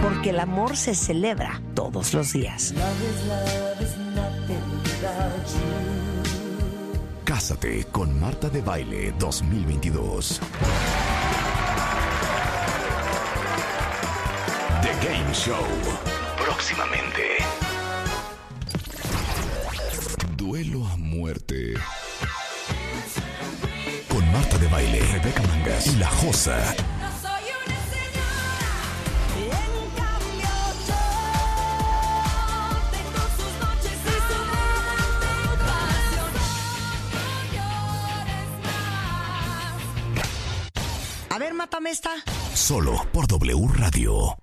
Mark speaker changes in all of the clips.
Speaker 1: porque el amor se celebra todos los días.
Speaker 2: Cásate con Marta de Baile 2022. The Game Show. Próximamente. Duelo a muerte. Con Marta de Baile, Rebeca Mangas y La Josa.
Speaker 1: A ver, mátame esta.
Speaker 2: Solo por W Radio.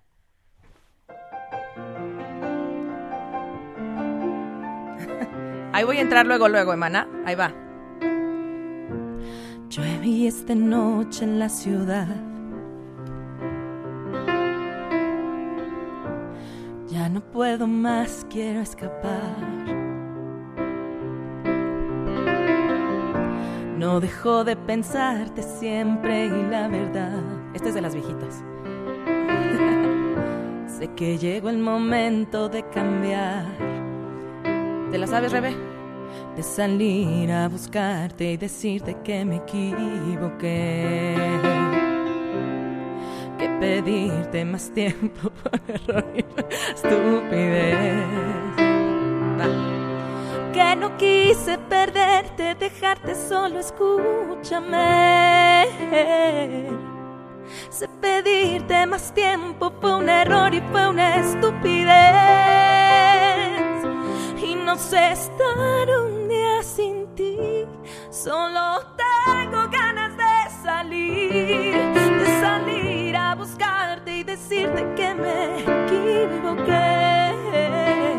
Speaker 3: Ahí voy a entrar luego, luego, hermana. Ahí va.
Speaker 4: Llueve esta noche en la ciudad. Ya no puedo más, quiero escapar. No dejo de pensarte siempre y la verdad.
Speaker 3: Este es de las viejitas.
Speaker 4: sé que llegó el momento de cambiar,
Speaker 3: ¿Te la sabes, Rebe?
Speaker 4: de salir a buscarte y decirte que me equivoqué. Que pedirte más tiempo por error y estupidez. que no quise perderte, dejarte solo, escúchame. Sé pedirte más tiempo, fue un error y fue una estupidez. Y no sé estar un día sin ti, solo tengo ganas de salir, de salir a buscarte y decirte que me equivoqué.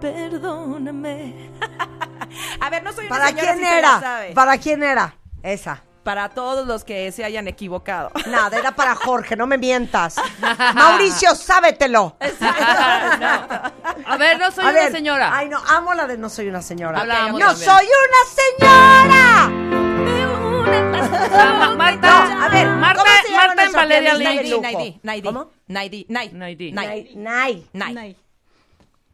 Speaker 4: Perdóname.
Speaker 3: A ver, no soy una
Speaker 1: ¿Para
Speaker 3: señora,
Speaker 1: quién
Speaker 3: sí se la
Speaker 4: Ah,
Speaker 1: era?
Speaker 3: sabe.
Speaker 1: ¿Para quién era? Esa.
Speaker 3: Para todos los que se hayan equivocado.
Speaker 1: Nada, era para Jorge, no me mientas. Mauricio, sábetelo.
Speaker 5: A ver, no soy
Speaker 1: A
Speaker 5: una
Speaker 1: ver,
Speaker 5: señora.
Speaker 1: Ay, no, amo la de no soy una señora.
Speaker 5: Hablábamos
Speaker 1: ¡No
Speaker 5: también.
Speaker 1: soy una señora!
Speaker 5: Ah, Ma- Marta,
Speaker 1: No, a ver,
Speaker 5: Marta,
Speaker 1: ¿cómo se llama
Speaker 5: Marta en
Speaker 1: nuestra
Speaker 5: Valeria
Speaker 1: pianista
Speaker 5: Lynch.
Speaker 1: Lujo.
Speaker 3: Naidi, Naidi.
Speaker 1: ¿Cómo?
Speaker 3: Naidi, Naidi.
Speaker 5: Naidi.
Speaker 3: Naidi.
Speaker 1: Nay.
Speaker 3: Naidi.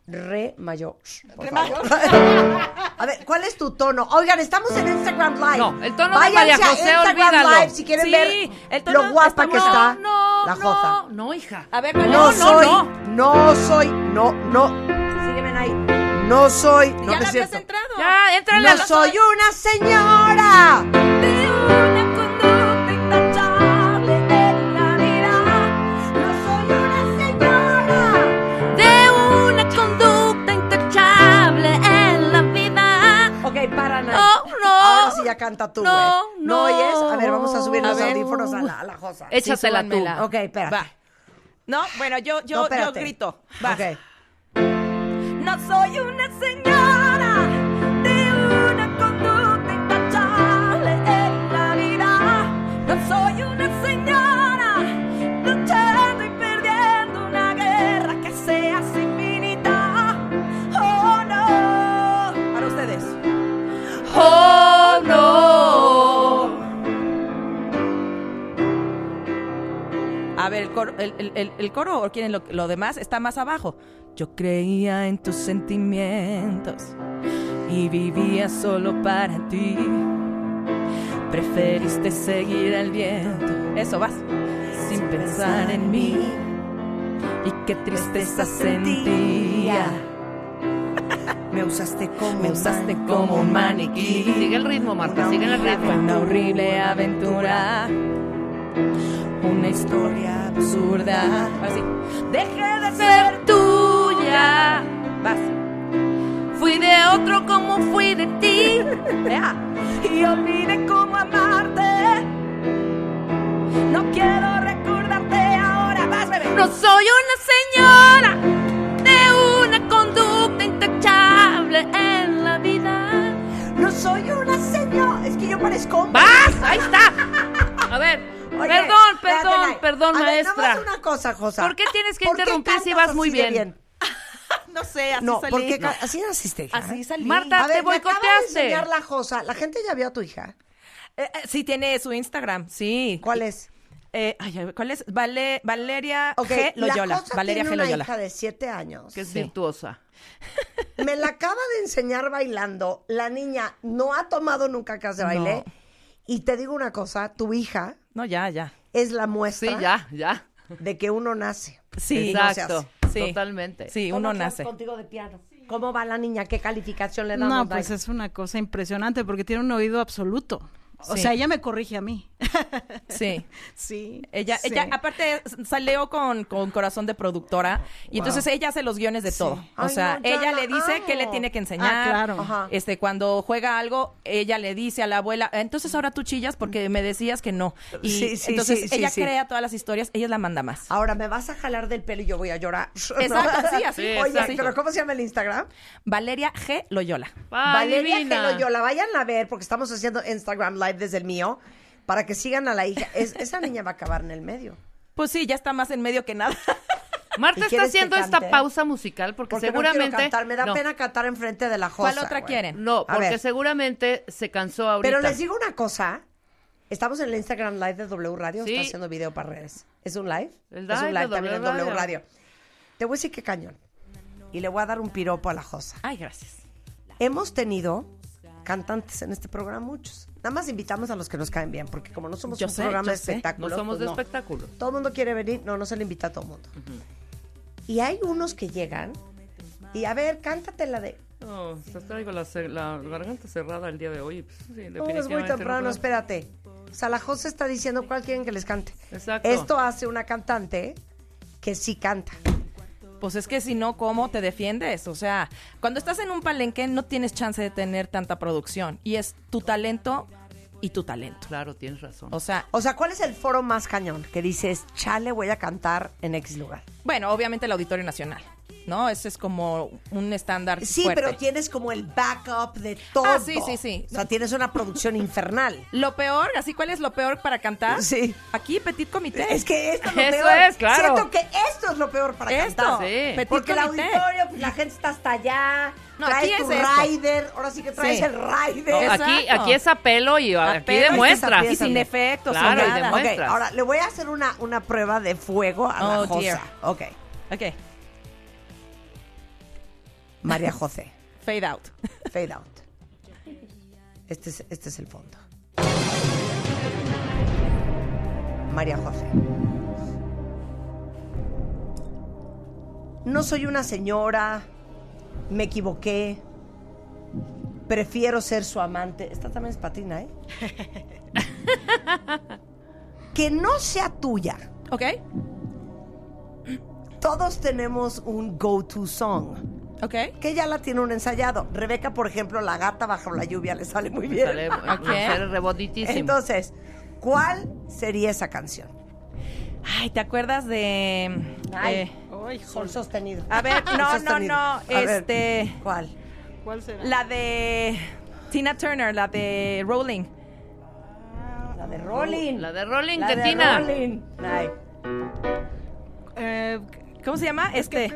Speaker 1: Re mayor. por favor. A ver, ¿cuál es tu tono? Oigan, estamos en Instagram Live.
Speaker 5: No, el tono de
Speaker 1: Váyanse
Speaker 5: María
Speaker 1: a
Speaker 5: José,
Speaker 1: Instagram
Speaker 5: olvídalo.
Speaker 1: Live si quieren
Speaker 3: Sí,
Speaker 1: ver
Speaker 3: el tono
Speaker 1: lo guapa
Speaker 3: está
Speaker 1: que
Speaker 3: muy-
Speaker 1: está
Speaker 5: No,
Speaker 1: la
Speaker 5: no,
Speaker 1: Jota.
Speaker 5: no, hija.
Speaker 3: A ver,
Speaker 1: No,
Speaker 3: Valeria.
Speaker 1: soy,
Speaker 5: no.
Speaker 1: no soy, no, no. Sígueme ahí. No soy, no
Speaker 3: Ya
Speaker 1: no
Speaker 3: la
Speaker 1: es
Speaker 3: habías
Speaker 1: cierto.
Speaker 3: entrado.
Speaker 5: Ya, entrale a
Speaker 1: No
Speaker 5: la-
Speaker 1: soy una señora.
Speaker 4: De una conducta intachable de la vida. No soy una señora. De una conducta intachable en la vida.
Speaker 1: Ok, para Nay.
Speaker 4: No, no.
Speaker 1: Ahora sí ya canta tú, güey.
Speaker 4: No, no.
Speaker 1: oyes? A ver, vamos a subir
Speaker 5: A
Speaker 1: los
Speaker 5: ver.
Speaker 1: audífonos a la, a la Josa.
Speaker 5: Échatela tú.
Speaker 1: Ok, espérate.
Speaker 3: Va. No, bueno, yo, yo,
Speaker 1: No,
Speaker 3: yo
Speaker 1: espérate.
Speaker 3: grito. Va.
Speaker 1: Ok.
Speaker 4: No soy una señora de una conducta intachable en la vida. No soy una señora luchando y perdiendo una guerra que se hace infinita. Oh no,
Speaker 3: Para ustedes.
Speaker 4: oh no.
Speaker 3: A ver, el coro, el, el- el- el coro o quieren lo, lo demás está más abajo. Yo creía en tus sentimientos y vivía solo para ti.
Speaker 4: Preferiste seguir al viento
Speaker 3: Eso vas.
Speaker 4: sin pensar en mí y qué tristeza sentía.
Speaker 1: Me usaste como
Speaker 4: Me usaste como un maniquí.
Speaker 5: Sigue el ritmo, Marta, sigue el ritmo.
Speaker 4: Una horrible aventura. Una historia absurda.
Speaker 3: Ahora sí.
Speaker 4: Dejé de ser tuya.
Speaker 3: Vas.
Speaker 4: Fui de otro como fui de ti. Vea. Y olvidé cómo amarte. No quiero recordarte ahora. Vas, bebé. No soy una señora de una conducta intachable en la vida.
Speaker 1: No soy una señora. Es que yo parezco hombre.
Speaker 5: ¡Vas! Ahí está. A ver,
Speaker 1: Oye,
Speaker 5: perdón,
Speaker 1: espérate,
Speaker 5: perdón,
Speaker 1: Nay.
Speaker 5: perdón,
Speaker 1: A ver,
Speaker 5: maestra.
Speaker 1: nada más una cosa, Josa.
Speaker 5: ¿Por qué tienes que
Speaker 1: ¿Por qué
Speaker 5: interrumpir si
Speaker 1: cantas
Speaker 5: vas muy
Speaker 1: así de
Speaker 5: bien?
Speaker 3: No sé, así
Speaker 1: No,
Speaker 3: salí.
Speaker 1: porque
Speaker 3: No.
Speaker 1: ca- así naciste, hija. ¿eh?
Speaker 3: Así salí.
Speaker 5: Marta,
Speaker 1: a ver,
Speaker 5: te
Speaker 1: me acaba de
Speaker 5: boicoteaste.
Speaker 1: enseñar la Josa. La gente ya vio a tu hija.
Speaker 3: Eh, eh, sí tiene su Instagram, sí.
Speaker 1: ¿Cuál es?
Speaker 4: eh, ay, ay, ¿cuál es? Vale- Valeria
Speaker 1: Ok,
Speaker 4: G. Loyola.
Speaker 1: la cosa
Speaker 4: Valeria
Speaker 1: tiene
Speaker 4: G.
Speaker 1: una
Speaker 4: Loyola.
Speaker 1: hija de siete años.
Speaker 6: que es
Speaker 4: Sí.
Speaker 6: virtuosa.
Speaker 1: Me la acaba de enseñar bailando. La niña no ha tomado nunca clase de
Speaker 4: No.
Speaker 1: baile. Y te digo una cosa, tu hija
Speaker 4: No, ya, ya.
Speaker 1: es la
Speaker 6: Sí,
Speaker 1: muestra
Speaker 6: ya, ya.
Speaker 1: de que uno nace.
Speaker 4: Sí,
Speaker 6: Exacto.
Speaker 4: sí.
Speaker 6: Totalmente.
Speaker 4: Sí,
Speaker 1: Toma
Speaker 4: uno
Speaker 1: clases
Speaker 4: nace.
Speaker 1: contigo de piano. ¿Cómo va la niña? ¿Qué calificación le damos?
Speaker 7: No, pues
Speaker 1: Dai?
Speaker 7: es una cosa impresionante porque tiene un oído absoluto. O
Speaker 4: Sí.
Speaker 7: sea, ella me corrige a mí.
Speaker 4: Sí.
Speaker 7: sí.
Speaker 4: Ella,
Speaker 7: sí.
Speaker 4: ella, aparte salió con, con corazón de productora y entonces ella hace los guiones de todo. O
Speaker 1: Ay,
Speaker 4: sea,
Speaker 1: no, ya
Speaker 4: ella
Speaker 1: la
Speaker 4: le dice
Speaker 1: amo.
Speaker 4: qué le tiene que enseñar.
Speaker 7: Ah, claro.
Speaker 1: Ajá.
Speaker 4: Este, cuando juega algo, ella le dice a la abuela, entonces ahora tú chillas porque me decías que no. Y
Speaker 1: Sí, sí,
Speaker 4: entonces
Speaker 1: sí, sí,
Speaker 4: ella
Speaker 1: sí. Ah.
Speaker 4: crea todas las historias, ella la manda más.
Speaker 1: Ahora me vas a jalar del pelo y yo voy a llorar.
Speaker 4: Exacto, sí, así,
Speaker 1: Oye,
Speaker 4: exacto.
Speaker 1: pero ¿cómo se llama el Instagram?
Speaker 4: Valeria G. Loyola.
Speaker 6: Ah,
Speaker 1: Valeria
Speaker 6: divina.
Speaker 1: Gelo, yo la vayan a ver porque estamos haciendo Instagram Live desde el mío para que sigan a la hija. Es- esa niña va a acabar en el medio.
Speaker 4: Pues sí, ya está más en medio que nada.
Speaker 1: ¿Y
Speaker 6: Marta está
Speaker 1: quieres que
Speaker 6: haciendo
Speaker 1: cante?
Speaker 6: esta pausa musical porque,
Speaker 1: Porque
Speaker 6: seguramente.
Speaker 1: no quiero cantar, me da
Speaker 6: No,
Speaker 1: pena cantar enfrente de la josa.
Speaker 4: ¿Cuál otra
Speaker 1: güey.
Speaker 4: quieren?
Speaker 6: No,
Speaker 1: A
Speaker 6: porque
Speaker 1: ver.
Speaker 6: seguramente se cansó ahorita.
Speaker 1: Pero les digo una cosa. Estamos en el Instagram Live de W Radio.
Speaker 6: Sí.
Speaker 1: Está haciendo video para redes. ¿Es un live?
Speaker 6: El
Speaker 1: es
Speaker 6: live
Speaker 1: un
Speaker 6: de
Speaker 1: live también en
Speaker 6: W
Speaker 1: W
Speaker 6: Radio.
Speaker 1: Radio. Te voy a decir qué cañón. Y le voy a dar un piropo a la josa.
Speaker 4: Ay, gracias.
Speaker 1: Hemos tenido cantantes en este programa muchos. Nada más invitamos a los que nos caen bien, porque como no somos
Speaker 4: Yo
Speaker 1: un
Speaker 4: sé,
Speaker 1: programa
Speaker 4: yo
Speaker 1: de
Speaker 4: sé. No
Speaker 1: espectáculo,
Speaker 6: No somos
Speaker 1: pues
Speaker 6: de
Speaker 1: no.
Speaker 6: espectáculo.
Speaker 1: Todo el mundo quiere venir, no, no se le invita a todo el mundo. Y hay unos que llegan y a ver, cántate la de.
Speaker 6: No, se traigo la, ce- la garganta cerrada el día de hoy. Pues, sí,
Speaker 1: No, es muy
Speaker 6: definitivamente no
Speaker 1: temprano,
Speaker 6: puedo.
Speaker 1: espérate. O sea, la José está diciendo cuál quieren que les cante.
Speaker 6: Exacto.
Speaker 1: Esto hace una cantante que sí canta.
Speaker 4: Pues es que si no, ¿cómo te defiendes? O sea, cuando estás en un palenque no tienes chance de tener tanta producción. Y es tu talento y tu talento.
Speaker 6: Claro, tienes razón.
Speaker 1: Oh,
Speaker 4: O sea,
Speaker 1: O sea, ¿cuál es el foro más cañón? Que dices, chale, voy a cantar en X lugar.
Speaker 4: bueno, obviamente el Auditorio Nacional, ¿no? Ese es como un estándar
Speaker 1: Sí,
Speaker 4: fuerte.
Speaker 1: pero tienes como el backup de todo.
Speaker 4: Ah, sí, sí, sí.
Speaker 1: O sea, tienes una producción infernal.
Speaker 4: Lo peor, así, ¿cuál es lo peor para cantar?
Speaker 1: Sí.
Speaker 4: Aquí, Petit Comité.
Speaker 1: Es que esto es lo
Speaker 6: Eso
Speaker 1: peor.
Speaker 6: es, claro.
Speaker 1: Siento que esto es lo peor para
Speaker 4: Esto,
Speaker 1: cantar.
Speaker 6: Sí.
Speaker 4: Petit
Speaker 1: Porque el
Speaker 4: Comité.
Speaker 1: auditorio, pues, la gente está hasta allá.
Speaker 4: No,
Speaker 1: traes
Speaker 4: aquí
Speaker 1: tu
Speaker 4: es esto.
Speaker 1: rider. Ahora sí que traes
Speaker 4: Sí.
Speaker 1: el rider.
Speaker 6: No,
Speaker 4: Exacto.
Speaker 6: aquí, aquí es apelo y Ah, aquí
Speaker 4: Apelo y
Speaker 6: demuestra.
Speaker 4: Y sin efectos,
Speaker 6: Claro,
Speaker 4: sin
Speaker 6: y
Speaker 4: nada.
Speaker 6: demuestra.
Speaker 1: Ok, ahora le voy a hacer una, una prueba de fuego a la
Speaker 4: Oh,
Speaker 1: Josa.
Speaker 4: dear.
Speaker 1: Ok.
Speaker 4: Ok,
Speaker 1: María José.
Speaker 4: fade out.
Speaker 1: Fade out. Este es, este es el fondo. María José. No soy una señora. Me equivoqué. Prefiero ser su amante. Esta también es patina, ¿eh? que no sea tuya.
Speaker 4: Ok,
Speaker 1: Todos tenemos un go-to song.
Speaker 4: ok.
Speaker 1: que ya la tiene un ensayado. Rebeca, por ejemplo, la gata bajo la lluvia le sale muy bien.
Speaker 6: Sale, sale rebotitísimo.
Speaker 1: Entonces, ¿cuál sería esa canción?
Speaker 4: Ay, ¿te acuerdas de. eh,
Speaker 1: Sol sostenido.
Speaker 4: a ver,
Speaker 1: Sol
Speaker 4: no, no,
Speaker 1: sostenido.
Speaker 4: no,
Speaker 1: A ver,
Speaker 4: este-
Speaker 1: ¿Cuál?
Speaker 7: ¿Cuál será?
Speaker 4: La de Tina Turner, la de Rolling.
Speaker 1: La de Rolling.
Speaker 6: la de Rolling,
Speaker 1: La
Speaker 6: que
Speaker 1: de
Speaker 6: Tina.
Speaker 1: Rolling. Ay.
Speaker 7: Eh,
Speaker 4: ¿Cómo se llama? Este.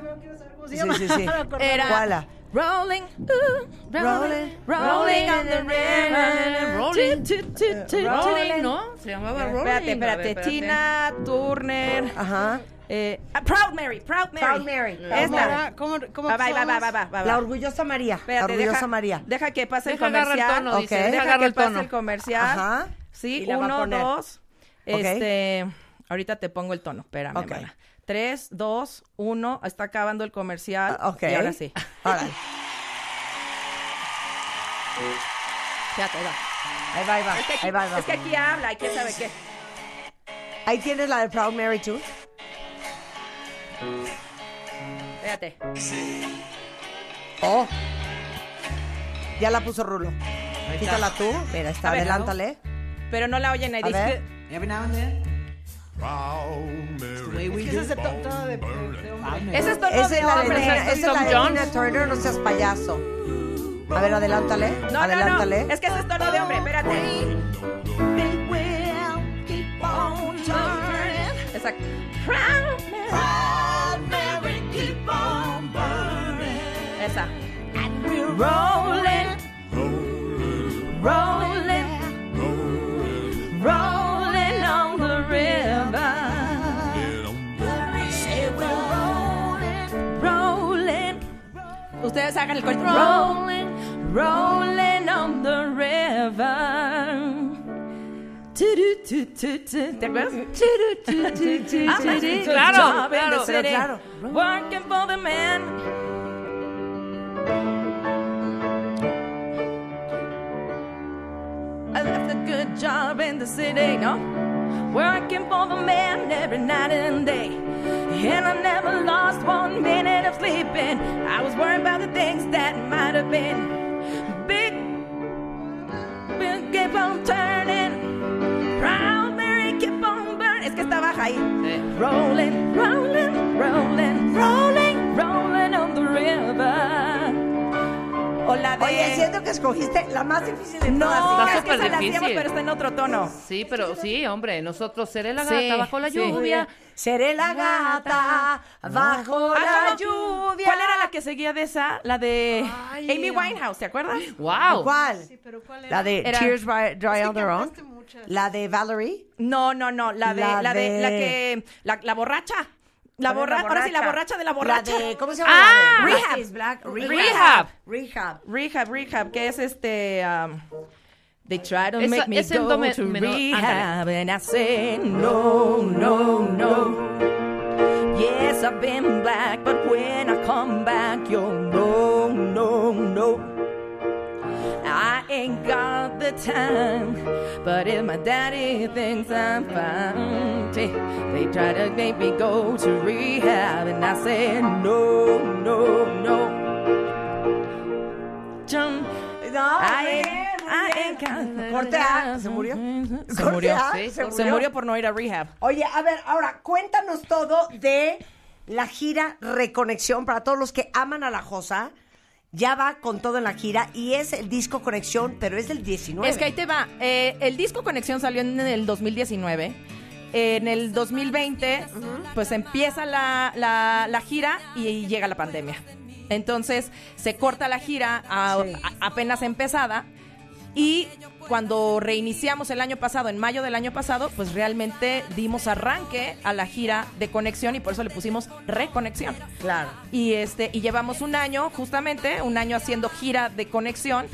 Speaker 1: Sí, sí, sí.
Speaker 4: Era.
Speaker 1: ¿Cuál? la?
Speaker 4: Rolling, uh, rolling,
Speaker 1: Rolling.
Speaker 4: rolling on the river.
Speaker 6: Rolling.
Speaker 4: Tu, tu, tu, tu, tu.
Speaker 6: Rolling, ¿no? Se llamaba Rolling.
Speaker 4: Espérate,
Speaker 6: A ver,
Speaker 4: espérate. Tina Turner.
Speaker 1: Ajá.
Speaker 4: eh, ah, Proud Mary, Proud Mary.
Speaker 1: Ah. Proud Mary. Proud
Speaker 7: ¿Cómo
Speaker 4: Esta.
Speaker 7: era? ¿Cómo, cómo
Speaker 4: Va, va, va, va, va, va, va.
Speaker 1: La orgullosa María. la
Speaker 4: Espérate,
Speaker 1: orgullosa
Speaker 4: deja,
Speaker 1: María.
Speaker 4: Deja que pase
Speaker 6: Deja
Speaker 4: el
Speaker 6: agarra el
Speaker 4: comercial.
Speaker 6: tono, dice.
Speaker 1: Ok.
Speaker 6: Deja
Speaker 4: Deja
Speaker 6: agarra
Speaker 4: que
Speaker 6: el
Speaker 4: pase
Speaker 6: tono.
Speaker 4: el comercial.
Speaker 1: Ajá.
Speaker 4: Sí,
Speaker 1: Y la va a
Speaker 4: uno,
Speaker 1: poner.
Speaker 4: dos.
Speaker 1: Ok.
Speaker 4: Este, ahorita te pongo el tono. Espérame,
Speaker 1: Ok.
Speaker 4: mana. Tres, dos, uno. Está acabando el comercial.
Speaker 1: Ah, ok.
Speaker 4: Y ahora sí.
Speaker 1: Órale.
Speaker 4: Fíjate, ahí va.
Speaker 1: Ahí va, ahí va.
Speaker 4: Es que aquí,
Speaker 1: Ahí va, ahí va.
Speaker 4: es que aquí habla y quién sabe qué.
Speaker 1: Ahí tienes la de Proud Mary, too.
Speaker 4: Espérate.
Speaker 1: Oh. Ya la puso Rulo.
Speaker 6: está.
Speaker 1: Quítala tú. Mira, está.
Speaker 4: A ver,
Speaker 1: adelántale.
Speaker 4: Pero no la oyen ahí.
Speaker 1: A
Speaker 4: dice
Speaker 1: ver.
Speaker 4: que-
Speaker 8: Every now and then.
Speaker 7: Es que ese es de to- todo de, de hombre.
Speaker 4: Ese es tono
Speaker 1: Esa
Speaker 4: de
Speaker 1: es la de
Speaker 4: hombre.
Speaker 1: Nina,
Speaker 6: ¿es
Speaker 1: esa es la
Speaker 6: Tom
Speaker 1: de
Speaker 6: Jones?
Speaker 1: Nina Turner, no seas payaso. A ver, adelántale.
Speaker 4: No,
Speaker 1: adelántale.
Speaker 4: no, no. Es que ese es tono de hombre. Espérate. Exacto. Esa. rolling, rolling on the river. ustedes hagan el corito.
Speaker 9: Rolling,
Speaker 4: rolling on the river. Turu, tu, tu, tu. ¿Te acuerdas? Turu, tu, tu, tu,
Speaker 9: Ah,
Speaker 4: tu,
Speaker 9: sí,
Speaker 4: tu,
Speaker 6: claro,
Speaker 4: job in the
Speaker 6: claro,
Speaker 1: pero
Speaker 4: city.
Speaker 1: claro.
Speaker 4: Working for the man. I left a good job in the city, no? Working for the man every night and day. And I never lost one minute of sleeping. I was worried about the things that might have been. Big, big, keep on turning. Proud Mary, keep on burning. Es que está baja ahí. Rolling, rolling, rolling, rolling, rolling on the river. O la de.
Speaker 1: Oye, siento que escogiste la más difícil de
Speaker 4: No,
Speaker 1: todas.
Speaker 6: Está
Speaker 4: es que
Speaker 6: súper
Speaker 4: se la hacíamos,
Speaker 6: difícil.
Speaker 4: pero está en otro tono.
Speaker 6: Sí, pero sí, hombre, nosotros seré la
Speaker 4: Sí,
Speaker 6: gata bajo la
Speaker 4: sí.
Speaker 6: lluvia.
Speaker 1: Seré la gata bajo
Speaker 4: Ah,
Speaker 1: la
Speaker 4: no, no.
Speaker 1: lluvia.
Speaker 4: ¿Cuál era la que seguía de esa? La de
Speaker 6: Ay,
Speaker 4: Amy Winehouse, ¿te acuerdas?
Speaker 6: ¡Wow!
Speaker 1: ¿Cuál?
Speaker 7: Sí, pero ¿cuál era?
Speaker 1: La de
Speaker 4: Era-
Speaker 1: Tears by, Dry on Their Own.
Speaker 7: cantaste muchas.
Speaker 1: La de Valerie.
Speaker 4: No, no, no, la de
Speaker 1: La
Speaker 4: la, de,
Speaker 1: de-
Speaker 4: la que la, la borracha. La,
Speaker 1: ¿Cuál
Speaker 4: borra-
Speaker 1: era
Speaker 4: ahora sí la borracha de la borracha.
Speaker 1: La de, ¿Cómo se llama?
Speaker 6: Ah,
Speaker 1: la de
Speaker 4: Rehab.
Speaker 1: Black is Black.
Speaker 6: Rehab.
Speaker 1: Rehab.
Speaker 4: Rehab, rehab, que es este um, They try to
Speaker 6: Esa-
Speaker 4: make me
Speaker 6: es en
Speaker 4: go
Speaker 6: do me-
Speaker 4: to
Speaker 6: menor,
Speaker 4: rehab and I say no, no, no. Yes, I've been black, but when I come back, you'll no, no, no. I ain't got the time. But if my daddy thinks I'm fine, they, they try to make me go to rehab, and I say no, no, no. Jump.
Speaker 1: No,
Speaker 4: I
Speaker 1: muy
Speaker 4: ain't,
Speaker 1: bien, muy
Speaker 4: I
Speaker 1: bien.
Speaker 4: ain't
Speaker 1: Ah,
Speaker 4: got-
Speaker 1: eh, Corte A, ¿se murió?
Speaker 4: Se
Speaker 1: Corte
Speaker 4: murió.
Speaker 1: A,
Speaker 6: sí,
Speaker 1: se
Speaker 6: corte.
Speaker 4: Se
Speaker 1: murió.
Speaker 4: murió por no ir a rehab.
Speaker 1: Oye, a ver, ahora cuéntanos todo de la gira Reconexión para todos los que aman a la Josa. Ya va con todo en la gira y es el disco Conexión, pero es del 19.
Speaker 4: Es que ahí te va. Eh, el disco Conexión salió en el 2019. En el 2020, pues empieza la, la- la gira y llega la pandemia. Entonces se corta la gira a-
Speaker 1: Sí.
Speaker 4: a- apenas empezada y cuando reiniciamos el año pasado, en mayo del año pasado, pues realmente dimos arranque a la gira de conexión y por eso le pusimos reconexión.
Speaker 1: Claro.
Speaker 4: Y este, y llevamos un año, justamente, un año haciendo gira de conexión.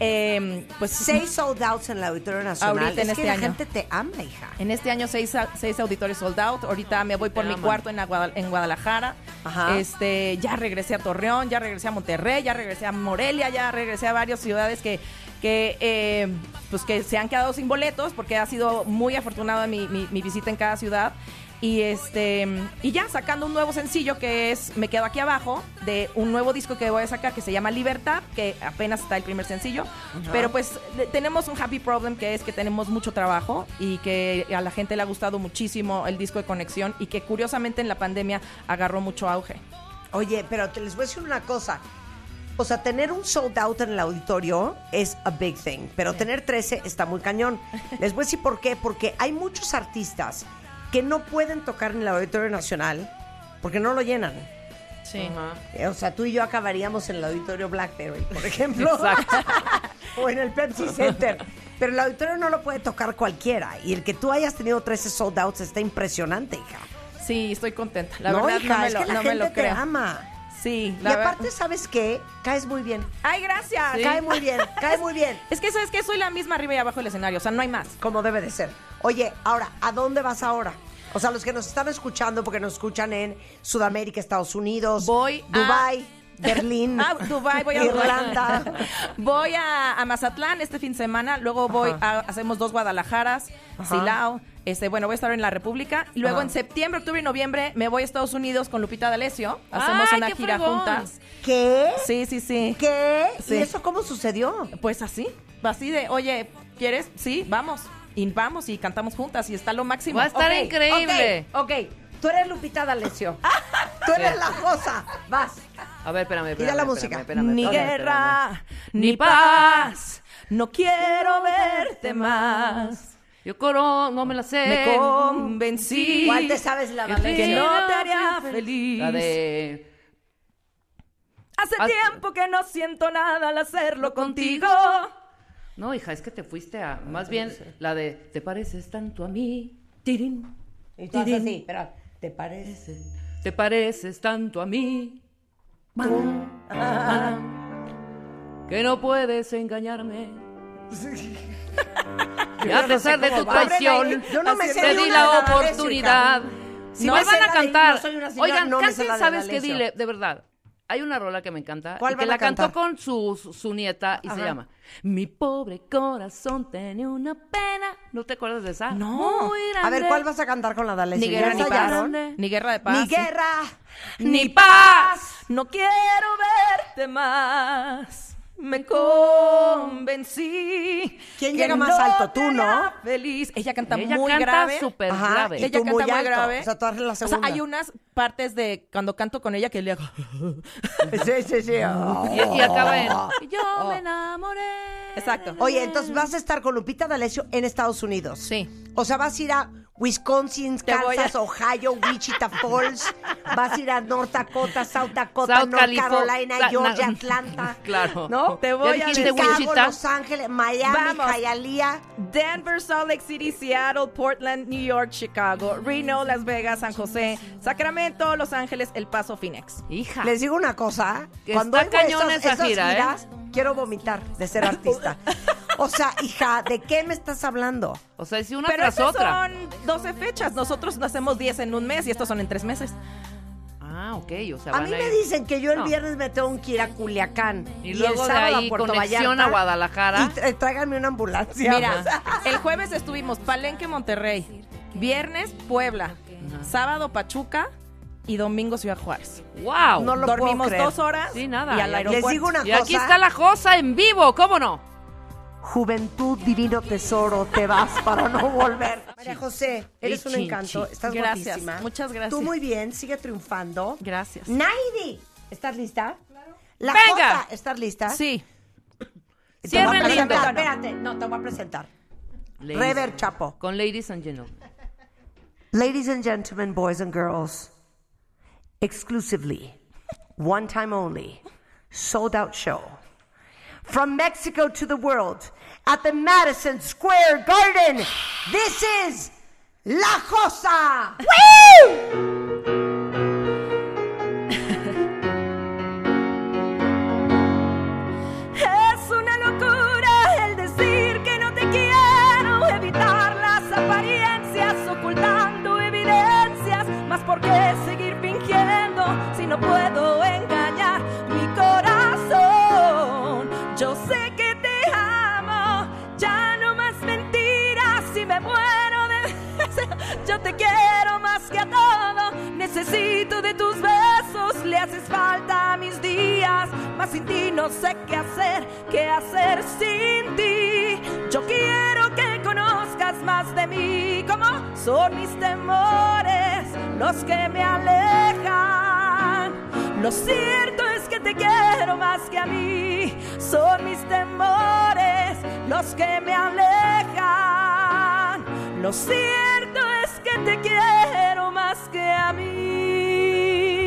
Speaker 4: Eh, pues
Speaker 1: Seis sold outs en la Auditorio Nacional.
Speaker 4: Ahorita en
Speaker 1: es que
Speaker 4: este
Speaker 1: la
Speaker 4: año.
Speaker 1: gente te ama, hija.
Speaker 4: En este año seis, a- seis auditores sold out. Ahorita me voy por
Speaker 6: Te
Speaker 4: mi
Speaker 6: aman.
Speaker 4: cuarto en, la Guada- en Guadalajara.
Speaker 1: Ajá.
Speaker 4: Este, ya regresé a Torreón, ya regresé a Monterrey, ya regresé a Morelia, ya regresé a varias ciudades que, que, eh, pues que se han quedado sin boletos porque ha sido muy afortunada mi, mi- mi visita en cada ciudad. Y este y ya sacando un nuevo sencillo que es Me quedo aquí abajo de un nuevo disco que voy a sacar que se llama Libertad, que apenas está el primer sencillo, pero pues le- tenemos un happy problem que es que tenemos mucho trabajo y que a la gente le ha gustado muchísimo el disco de Conexión y que curiosamente en la pandemia agarró mucho auge.
Speaker 1: Oye, pero te les voy a decir una cosa. O sea, tener un sold out en el auditorio es a big thing, pero tener 13 está muy cañón. Les voy a decir por qué, porque hay muchos artistas que no pueden tocar en el Auditorio Nacional porque no lo llenan.
Speaker 4: Sí.
Speaker 1: Eh, O sea, tú y yo acabaríamos en el Auditorio Blackberry, por ejemplo. o en el Pepsi Center. Pero el auditorio no lo puede tocar cualquiera. Y el que tú hayas tenido 13 sold outs está impresionante, hija.
Speaker 4: Sí, estoy contenta. La
Speaker 1: no,
Speaker 4: verdad
Speaker 1: hija,
Speaker 4: no me
Speaker 1: es
Speaker 4: lo,
Speaker 1: que la
Speaker 4: no me
Speaker 1: gente
Speaker 4: lo
Speaker 1: te
Speaker 4: creo.
Speaker 1: ama.
Speaker 4: Sí,
Speaker 1: Y
Speaker 4: la verdad.
Speaker 1: aparte, ¿sabes qué? Caes muy bien.
Speaker 4: Ay, gracias.
Speaker 1: Cae muy bien, cae muy bien.
Speaker 4: Es que sabes que soy la misma arriba y abajo del escenario, o sea, no hay más.
Speaker 1: Como debe de ser. Oye, ahora, ¿a dónde vas ahora? O sea, los que nos están escuchando, porque nos escuchan en Sudamérica, Estados Unidos,
Speaker 4: Voy a-
Speaker 1: Dubai, Berlín,
Speaker 4: Ah, Dubai, voy a
Speaker 1: Irlanda.
Speaker 4: Voy a, a Mazatlán este fin de semana, luego voy a, hacemos dos Guadalajaras, Silao, este, bueno, voy a estar en la República, y luego en septiembre, octubre y noviembre me voy a Estados Unidos con Lupita D'Alessio, hacemos
Speaker 6: ¡Ay,
Speaker 4: una
Speaker 6: qué
Speaker 4: gira
Speaker 6: fregón!
Speaker 4: juntas.
Speaker 1: ¿Qué?
Speaker 4: Sí, sí, sí.
Speaker 1: ¿Qué?
Speaker 4: Sí.
Speaker 1: ¿Y eso cómo sucedió?
Speaker 4: Pues así, así de, oye, ¿quieres? Sí, vamos. Y vamos y cantamos juntas y está lo máximo.
Speaker 6: Va a estar
Speaker 1: Ok,
Speaker 6: increíble.
Speaker 1: Ok, ok. Tú eres Lupita D'Alessio.
Speaker 4: Ah.
Speaker 1: Tú eres la cosa. Vas.
Speaker 6: A ver, espérame,
Speaker 1: Tira
Speaker 6: espérame.
Speaker 1: la
Speaker 6: espérame,
Speaker 1: música.
Speaker 6: espérame,
Speaker 4: ni
Speaker 6: espérame, espérame.
Speaker 4: guerra, ni paz. No quiero verte más.
Speaker 6: Yo coro, no me la sé.
Speaker 4: Me convencí
Speaker 1: ¿Cuál te sabes la Valencia?
Speaker 4: que no te haría feliz.
Speaker 6: La de...
Speaker 4: Hace
Speaker 6: Haz-
Speaker 4: tiempo que no siento nada al hacerlo contigo.
Speaker 6: No, hija, es que te fuiste
Speaker 4: Ah,
Speaker 6: a... Más bien, la de... ¿Te pareces tanto a mí? Tirín.
Speaker 1: Y tú haces así, pero ¿te parece?
Speaker 6: ¿Te pareces tanto a mí? que no puedes engañarme. Y
Speaker 1: Yo
Speaker 6: a
Speaker 1: no
Speaker 6: pesar
Speaker 1: sé
Speaker 6: de
Speaker 1: cómo
Speaker 6: tu
Speaker 1: va.
Speaker 6: traición,
Speaker 1: Yo no me sé
Speaker 6: te
Speaker 1: ni
Speaker 6: di
Speaker 1: una de
Speaker 6: la
Speaker 1: D'Alessio,
Speaker 6: oportunidad. Si
Speaker 1: No
Speaker 6: me
Speaker 1: sé
Speaker 6: van
Speaker 1: la
Speaker 6: a
Speaker 1: de-
Speaker 6: cantar,
Speaker 1: no soy una señora,
Speaker 6: oigan,
Speaker 1: no me sé
Speaker 6: canten,
Speaker 1: la de
Speaker 6: ¿sabes qué?
Speaker 1: D'Alessio.
Speaker 6: Dile, de verdad, hay una rola que me encanta
Speaker 1: ¿Cuál
Speaker 6: y que
Speaker 1: van a
Speaker 6: la cantó
Speaker 1: cantar?
Speaker 6: con su, su- su nieta y se llama Mi pobre corazón tenía una pena. ¿No te acuerdas de esa?
Speaker 4: No.
Speaker 6: Muy
Speaker 1: A ver,
Speaker 6: grande.
Speaker 1: ¿cuál vas a cantar con la D'Alessio?
Speaker 4: Ni
Speaker 1: ¿Ya
Speaker 4: guerra ni paz.
Speaker 1: ensayaron?
Speaker 4: Ni guerra de paz.
Speaker 1: Ni guerra.
Speaker 4: ni paz. No quiero verte más. Me convencí.
Speaker 1: Mm. ¿Quién
Speaker 4: que
Speaker 1: llega más
Speaker 4: no
Speaker 1: alto? Tú,
Speaker 4: te
Speaker 1: ¿no?
Speaker 4: hará Feliz. Ella canta
Speaker 6: Ella
Speaker 4: muy
Speaker 6: canta
Speaker 4: grave.
Speaker 6: súper
Speaker 1: Ajá,
Speaker 6: grave.
Speaker 1: y
Speaker 4: Ella
Speaker 1: tú
Speaker 4: canta
Speaker 1: muy
Speaker 4: muy,
Speaker 1: alto.
Speaker 4: grave.
Speaker 1: O sea, tú haces la
Speaker 4: O sea,
Speaker 1: segunda.
Speaker 4: hay unas partes de cuando canto con ella que le hago.
Speaker 1: Sí, sí, sí. Oh.
Speaker 6: Y, y acaba en Yo me
Speaker 4: enamoré. Mm. Exacto.
Speaker 1: Oye, entonces vas a estar con Lupita D'Alessio en Estados Unidos.
Speaker 4: Sí.
Speaker 1: O sea, vas a ir a Wisconsin,
Speaker 4: Te voy
Speaker 1: Kansas,
Speaker 4: a-
Speaker 1: Ohio, Wichita Falls. vas a ir a North Dakota, South Dakota,
Speaker 6: South
Speaker 1: North
Speaker 6: Califo-
Speaker 1: Carolina,
Speaker 6: Sa-
Speaker 1: Georgia,
Speaker 6: na-
Speaker 1: Atlanta.
Speaker 6: Claro.
Speaker 1: ¿No?
Speaker 4: Te voy
Speaker 6: ¿Ya
Speaker 4: a
Speaker 6: dijiste
Speaker 1: Chicago,
Speaker 6: Wichita?
Speaker 1: Los Ángeles, Miami,
Speaker 4: Vamos.
Speaker 1: Hialeah.
Speaker 4: Denver, Salt Lake City, Seattle, Portland, New York, Chicago, Reno, Las Vegas, San José, Sacramento, Los Ángeles, El Paso, Phoenix.
Speaker 6: Hija.
Speaker 1: Les digo una cosa,
Speaker 6: Que
Speaker 1: cuando
Speaker 6: está
Speaker 1: oigo
Speaker 6: cañón
Speaker 1: esas,
Speaker 6: esa
Speaker 1: esas
Speaker 6: gira, ¿eh?
Speaker 1: giras, quiero vomitar de ser artista. O sea, hija, ¿de qué me estás hablando?
Speaker 6: O sea, es una
Speaker 4: Pero
Speaker 6: tras
Speaker 4: estas
Speaker 6: otra.
Speaker 4: son 12 fechas. Nosotros no hacemos 10 en un mes y estos son en 3 meses.
Speaker 6: Ah, ok, o sea,
Speaker 1: A
Speaker 6: van
Speaker 1: mí me
Speaker 6: ir-
Speaker 1: dicen que yo el
Speaker 6: No.
Speaker 1: viernes me tengo que ir a Culiacán
Speaker 6: Y luego
Speaker 1: el
Speaker 6: de
Speaker 1: sábado
Speaker 6: ahí,
Speaker 1: a Puerto
Speaker 6: conexión
Speaker 1: Vallarta,
Speaker 6: a Guadalajara.
Speaker 1: Y tra- tráiganme una ambulancia.
Speaker 4: Mira, el jueves estuvimos Palenque, Monterrey, viernes Puebla, sábado Pachuca y domingo Ciudad Juárez.
Speaker 6: ¡Wow!
Speaker 1: No lo puedo
Speaker 4: Dormimos
Speaker 1: creer.
Speaker 4: dos horas
Speaker 6: Sí, nada.
Speaker 4: y al
Speaker 6: Les
Speaker 4: aeropuerto.
Speaker 1: Les digo una
Speaker 6: y
Speaker 1: cosa.
Speaker 6: aquí está la Josa en vivo, ¿cómo no?
Speaker 1: Juventud, divino tesoro, te vas para no volver. María José, eres un
Speaker 6: Ey,
Speaker 1: encanto.
Speaker 6: chinchi.
Speaker 1: Estás
Speaker 4: Gracias,
Speaker 1: guapísima.
Speaker 4: muchas gracias.
Speaker 1: Tú muy bien, sigue triunfando.
Speaker 4: Gracias.
Speaker 1: Naidi, ¿estás lista? Claro. La
Speaker 6: Venga.
Speaker 1: Jota, ¿estás lista?
Speaker 4: Sí.
Speaker 1: Te
Speaker 6: Cierren
Speaker 1: voy a
Speaker 6: lindo.
Speaker 1: presentar, Espérate, no, te voy a presentar.
Speaker 6: Ladies-
Speaker 1: Rever Chapo.
Speaker 6: Con Ladies and Gentlemen.
Speaker 1: Ladies and gentlemen, boys and girls, exclusively, one time only, sold out show. From Mexico to the world, at the Madison Square Garden, this is La Josa.
Speaker 4: Es una locura el decir que no te quiero, evitar las apariencias, ocultando evidencias. Más por qué seguir fingiendo si no puedo engañar mi corazón. Yo sé que te amo, ya no más mentiras si me muero de deseo. Yo te quiero más que a todo, necesito de tus besos, le haces falta a mis días, más sin ti no sé qué hacer, qué hacer sin ti. Yo quiero que conozcas más de mí, como son mis temores los que me alejan. Lo cierto es que te quiero más que a mí, son mis temores los que me alejan. Lo cierto es que te quiero más que a mí.